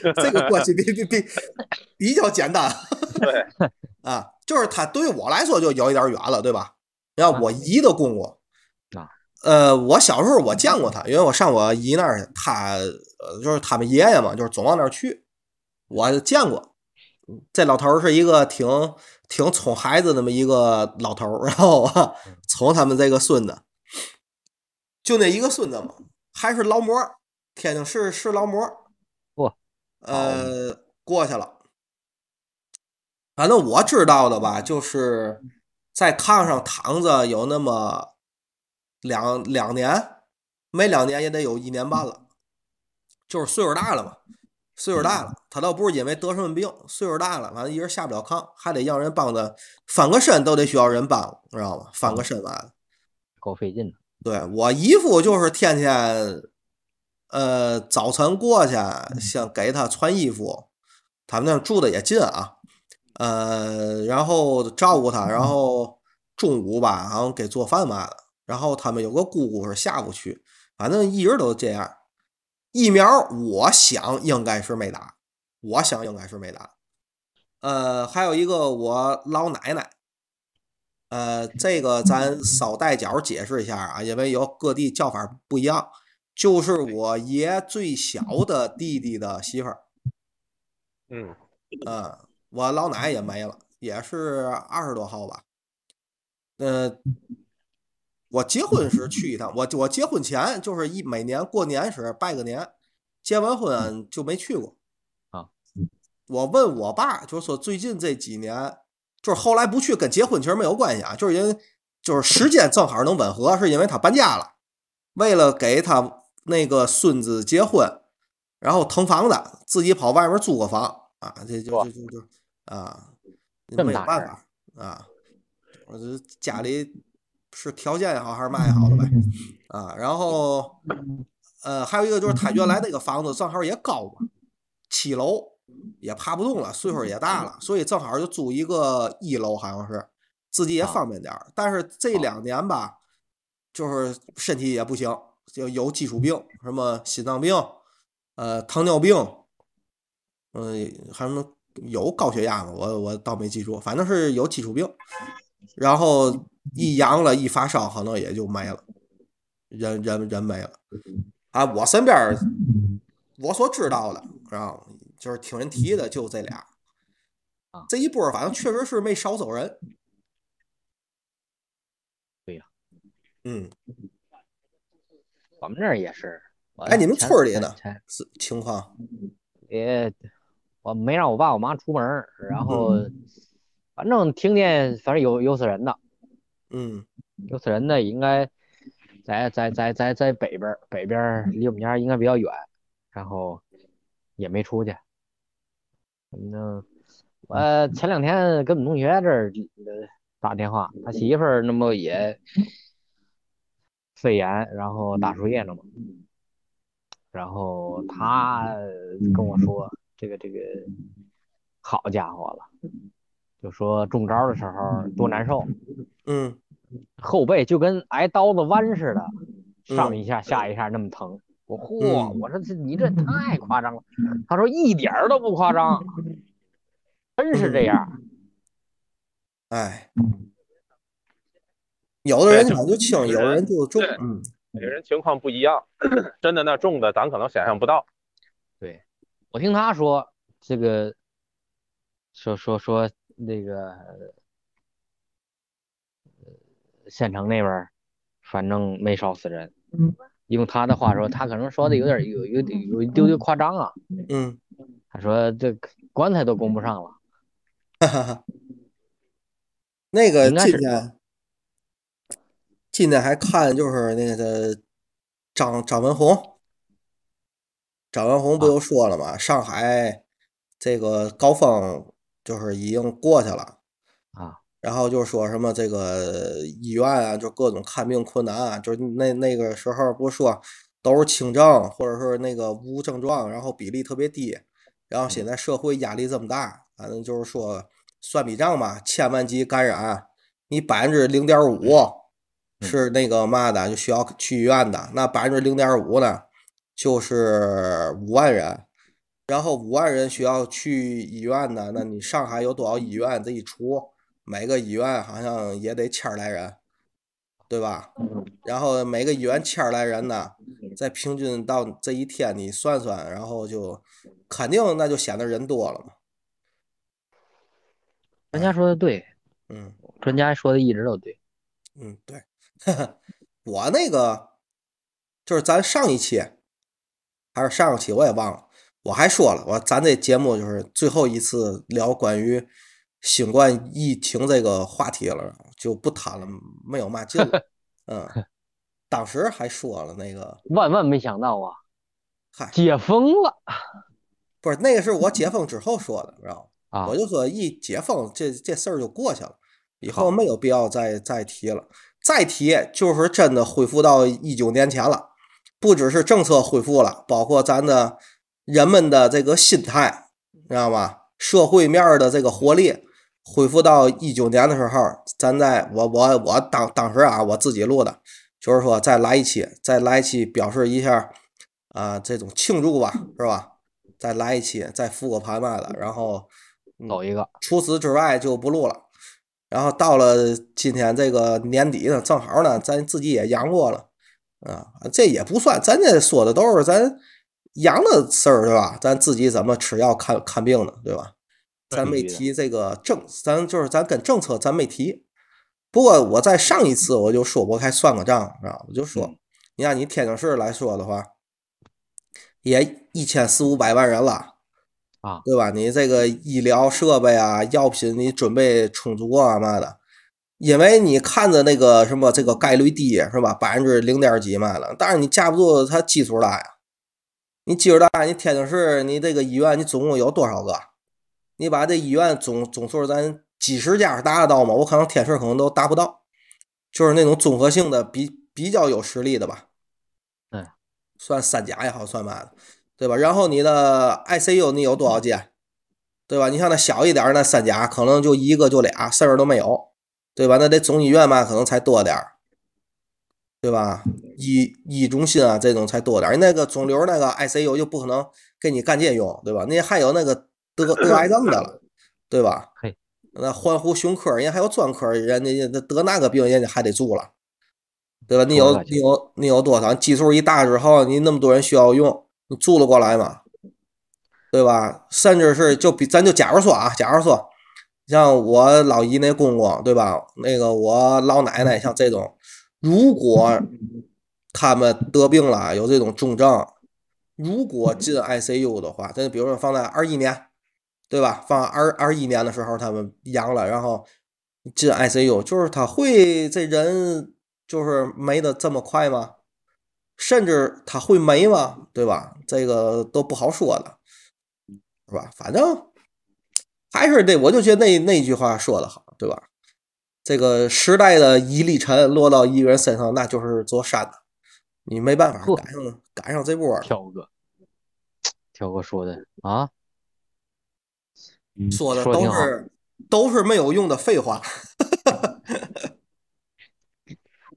这个 关系比比比比较简单。对，啊，就是他对于我来说就有一点远了，对吧？你看我姨的公公啊，呃，我小时候我见过他，因为我上我姨那儿，他呃就是他们爷爷嘛，就是总往那儿去，我见过。这老头儿是一个挺挺宠孩子那么一个老头儿，然后啊， 宠他们这个孙子，就那一个孙子嘛，还是劳模儿，天津市是劳模儿。哇呃，过去了。反正我知道的吧，就是在炕上躺着有那么两两年，没两年也得有一年半了，就是岁数大了嘛，岁数大了，他倒不是因为得什么病，岁数大了，反正一人下不了炕，还得让人帮着翻个身，都得需要人帮，知道吗？翻个身完了。够费劲的。对我姨夫就是天天，呃，早晨过去想给他穿衣服，他们那儿住的也近啊，呃，然后照顾他，然后中午吧，然后给做饭嘛的，然后他们有个姑姑是下午去，反正一直都这样。疫苗我想应该是没打，我想应该是没打。呃，还有一个我老奶奶，呃，这个咱少带脚解释一下啊，因为有各地叫法不一样。就是我爷最小的弟弟的媳妇儿，嗯，嗯，我老奶也没了，也是二十多号吧。呃，我结婚时去一趟，我我结婚前就是一每年过年时拜个年，结完婚就没去过。嗯啊，我问我爸，就是说最近这几年，就是后来不去跟结婚其实没有关系啊，就是因为就是时间正好能吻合，是因为他搬家了，为了给他那个孙子结婚，然后腾房子，自己跑外面租个房啊，这就哇就就就啊，这么没有大办事儿法啊，我这家里是条件也好还是嘛也好的呗啊，然后呃还有一个就是他原来那个房子正好也高嘛，七楼，也爬不动了，岁数也大了，所以正好就租一个一楼，好像是自己也方便点儿。但是这两年吧，就是身体也不行，就有基础病，什么心脏病，呃，糖尿病，嗯、还有有高血压吗？我我倒没记住，反正是有基础病。然后一阳了，一发烧，可能也就没了，人人人没了。嗯啊，我身边儿我所知道的，啊，就是听人提嗯的，就这俩。啊这一波儿反正确实是没少走人。对呀嗯，我们这儿也是。我哎你们前村儿里呢前前是情况，也我没让我爸我妈出门儿，嗯然后反正听见反正有有死人的，嗯有死人的应该在在在在在北边儿北边儿离我们家应该比较远，然后也没出去。反正我前两天跟我们同学这儿呃打电话，他媳妇儿那么也肺炎，然后打输液呢嘛，然后他跟我说这个这个好家伙了，就说中招的时候多难受。嗯，后背就跟挨刀子剜似的，上一下下一下那么疼。我嚯！嗯我说这你这太夸张了。他说一点儿都不夸张，真是这样。哎，嗯有的人可能哎就轻，对有的人就重对，嗯每个人情况不一样， 真的那重的咱可能想象不到。对，我听他说这个，说说说那个，呃县城那边儿反正没少死人。用他的话说，他可能说的有点儿有有有有一丢丢夸张啊。嗯，他说这棺材都供不上了。哈哈哈。 那个应该今是天，今天还看就是那个张张文宏，张文宏不啊就说了嘛，上海这个高峰就是已经过去了。啊，然后就说什么这个医院啊，就各种看病困难啊，就是那那个时候不是说都是轻症，或者是那个无症状，然后比例特别低。然后现在社会压力这么大，反正就是说算笔账嘛，千万级感染，你百分之零点五是那个嘛的，就需要去医院的，那百分之零点五呢，就是五万人。然后五万人需要去医院的，那你上海有多少医院？这一除，每个医院好像也得千儿来人，对吧？然后每个医院千儿来人呢，再平均到这一天你算算，然后就肯定那就显得人多了嘛。专家说的对，嗯专家说的一直都对。嗯，对， 我那个就是咱上一期还是上上期我也忘了，我还说了，我咱这节目就是最后一次聊关于新冠疫情这个话题了，就不谈了，没有嘛劲了。嗯，当时还说了那个，万万没想到啊，嗨，解封了不是那个是我解封之后说的，知道吗？啊我！就说一解封，这这事儿就过去了，以后好没有必要再再提了。再提就是真的恢复到一九年前了，不只是政策恢复了，包括咱的人们的这个心态，知道吗？社会面儿的这个活力恢复到一九年的时候，咱在我我我当当时啊，我自己录的，就是说再来一期，再来一期，表示一下啊、这种庆祝吧，是吧？再来一期，再复个盘嘛的，然后嗯走一个，除此之外就不录了。然后到了今天这个年底呢，正好呢，咱自己也阳过了啊，这也不算，咱这说的都是咱阳的事儿，对吧？咱自己怎么吃药看看病的，对吧？咱没必须的提这个政，咱就是咱跟政策咱没提。不过我在上一次我就说，我还算个账啊，我就说，你按你天津市来说的话，也一千四五百万人了。对吧？你这个医疗设备啊、药品你准备充足啊嘛的，因为你看着那个什么这个概率低是吧？百分之零点几嘛的，但是你架不住它基数大呀。你基数大，你天津市你这个医院你总共有多少个？你把这医院总总数咱几十家达得到吗？我可能天津市可能都达不到，就是那种综合性的比比较有实力的吧。嗯，算三甲也好，算嘛的。对吧？然后你的 ICU 你有多少间，对吧？你像那小一点儿那三甲，可能就一个就俩，甚至都没有，对吧？那得总医院嘛，可能才多点儿，对吧？医医中心啊这种才多点儿，那个肿瘤那个 ICU 就不可能给你干这用，对吧？那还有那个得得癌症的 了，对吧？嘿，那欢呼胸科，人家还有专科，人家那得那个病，人家还得住了，对吧？你多有了解你有你有多少？基数一大之后，你那么多人需要用，你住了过来吗？对吧？甚至是就比咱就假如说啊，假如说像我老姨那公公，对吧？那个我老奶奶，像这种，如 果他们得病了，有这种重症，如果进 ICU 的话，咱就比如说放在二一年，对吧？放二二一年的时候，他们阳了，然后进 ICU，就是他会这人就是没的这么快吗？甚至他会没吗？对吧？这个都不好说的，是吧？反正还是得，我就觉得那那句话说的好，对吧？这个时代的一粒尘落到一个人身上，那就是座山呐你没办法呵赶上赶上这波了。挑哥，挑哥说的啊，说的说得都挺好是都是没有用的废话，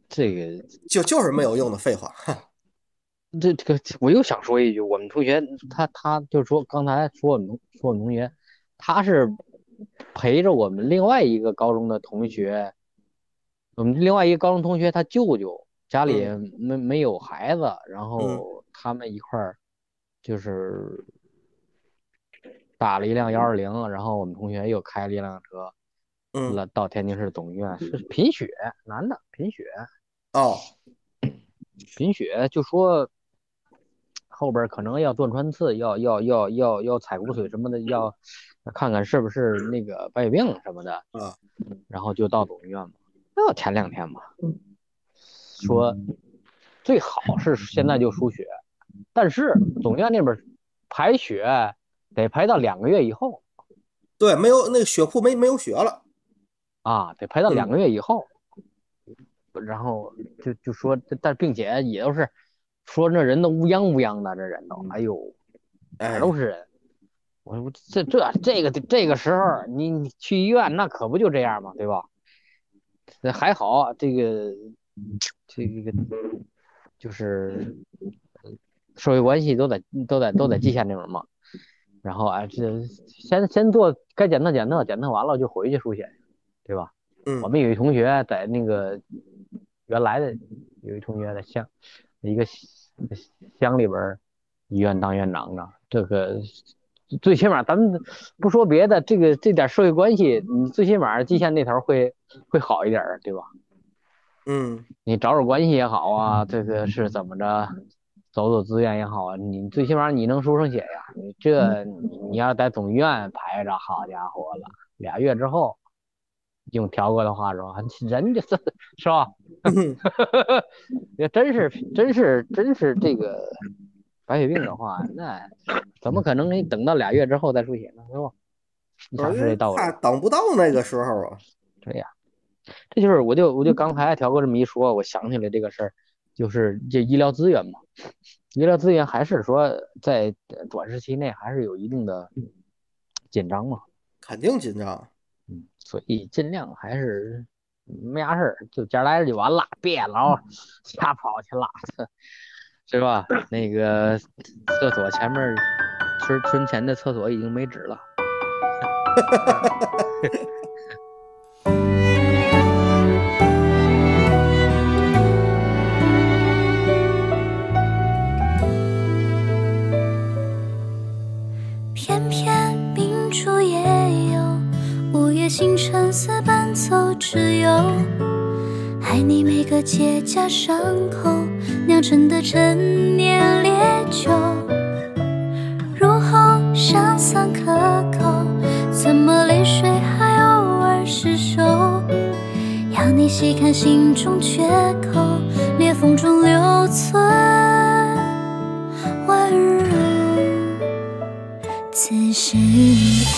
这个就就是没有用的废话。这这个，我又想说一句，我们同学他他就说刚才说我们同说我们同学，他是陪着我们另外一个高中的同学，我们另外一个高中同学他舅舅家里没、没有孩子，然后他们一块儿就是打了一辆幺二零，然后我们同学又开了一辆车，嗯，了到天津市总医院是贫血，男的贫血。哦，贫血就说后边儿可能要断穿刺，要要要要要采骨髓什么的，要看看是不是那个白血病什么的。嗯啊，然后就到总医院嘛，那前两天嘛，说最好是现在就输血，但是总医院那边儿排血得排到两个月以后对，没有那个血库没没有血了。啊，得排到嗯两个月以后。然后就就说，但并且也都是说那人都乌泱乌泱的，这人都，哎呦，哪哎儿，都是人。我我这这这个这个时候你你去医院那可不就这样嘛，对吧？那还好这个这个就是呃社会关系都在都在都在蓟县这边嘛。然后啊，这先先做该检测检测，检测完了就回去输血，对吧？嗯我们有一同学在那个原来的有一同学在乡一个乡里边儿医院当院长呢，这个最起码咱们不说别的，这个这点社会关系，你最起码蓟县那头儿会会好一点儿，对吧？嗯，你找找关系也好啊，这个是怎么着，走走资源也好啊，你最起码你能输上血呀。你这你要在总医院排着，好家伙了，俩月之后，用条哥的话说， 人就是是吧？嗯也真是真是真是这个白血病的话，那怎么可能你等到俩月之后再输血呢？对吧？ 你想是这道理？ 怕等不到那个时候啊。这就是我就我就刚才调哥这么一说，我想起来这个事儿，就是这医疗资源嘛，医疗资源还是说在呃短时期内还是有一定的紧张嘛，肯定紧张。嗯，所以尽量还是没啥事儿，就家待着就完了，别老瞎跑去了， 是吧？那个厕所前面村村前的厕所已经没纸了。偏偏明珠也有午夜星辰似伴奏之友，爱你每个结痂伤口酿成的陈年烈酒，入喉尚算可口，怎么泪水还偶尔失手？要你细看心中缺口，裂缝中留存温柔。此时，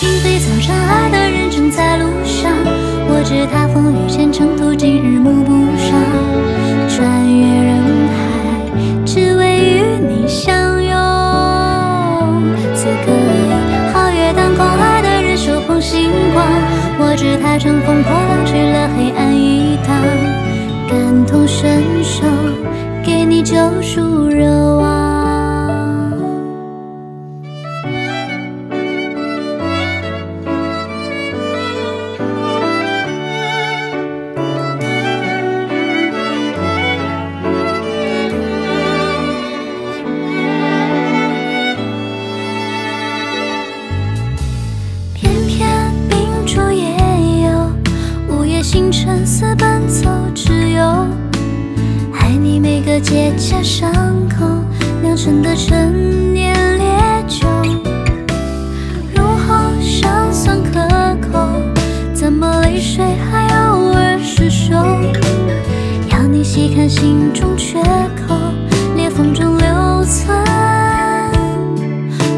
并非早晨爱的人正在路上，我知他风雨兼程，途经日暮不赏，穿越人海，只为与你相拥。可以。皓月当空，爱的人手捧星光，我知他乘风破浪去了黑暗一趟，感同身受，给你救赎热望。偏偏秉烛夜游，午夜星辰似伴奏之友。爱你每个结痂伤口酿成的陈年烈酒，入喉尚算可口，怎么泪水还偶尔失手？要你细看心中缺口，裂缝中留存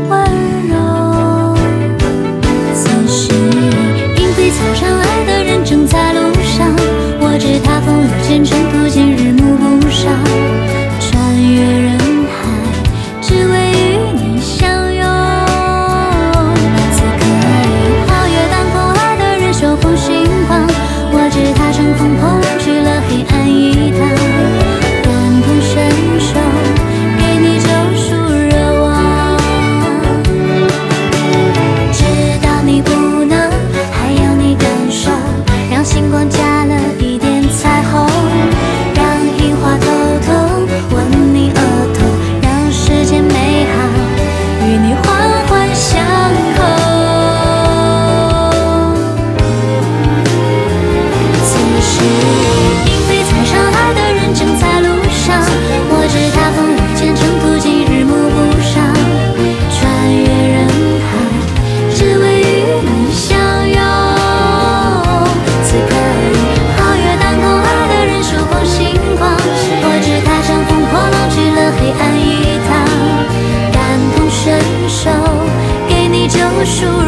温柔。此时，莺飞草长，爱的人正在路上。我知他风雨兼程，途经日暮不赏，穿越人海，只为与你相拥。此刻已皓月当空，爱的人手捧星光。我知他乘风破浪，去了黑暗一趟，感同身受，给你救赎热望。直到你不能，还要你感受，让星光加了一点彩虹，让樱花偷偷吻你额头，让世间美好与你环环相扣。此时，莺飞草长，爱的人正在路上。我知他风雨兼程，途经日暮不赏，穿越人海，只为与你相拥。此刻已皓月当空，爱的人手捧星光。我知他乘风破浪，去了黑暗一趟，感同身受，给你救赎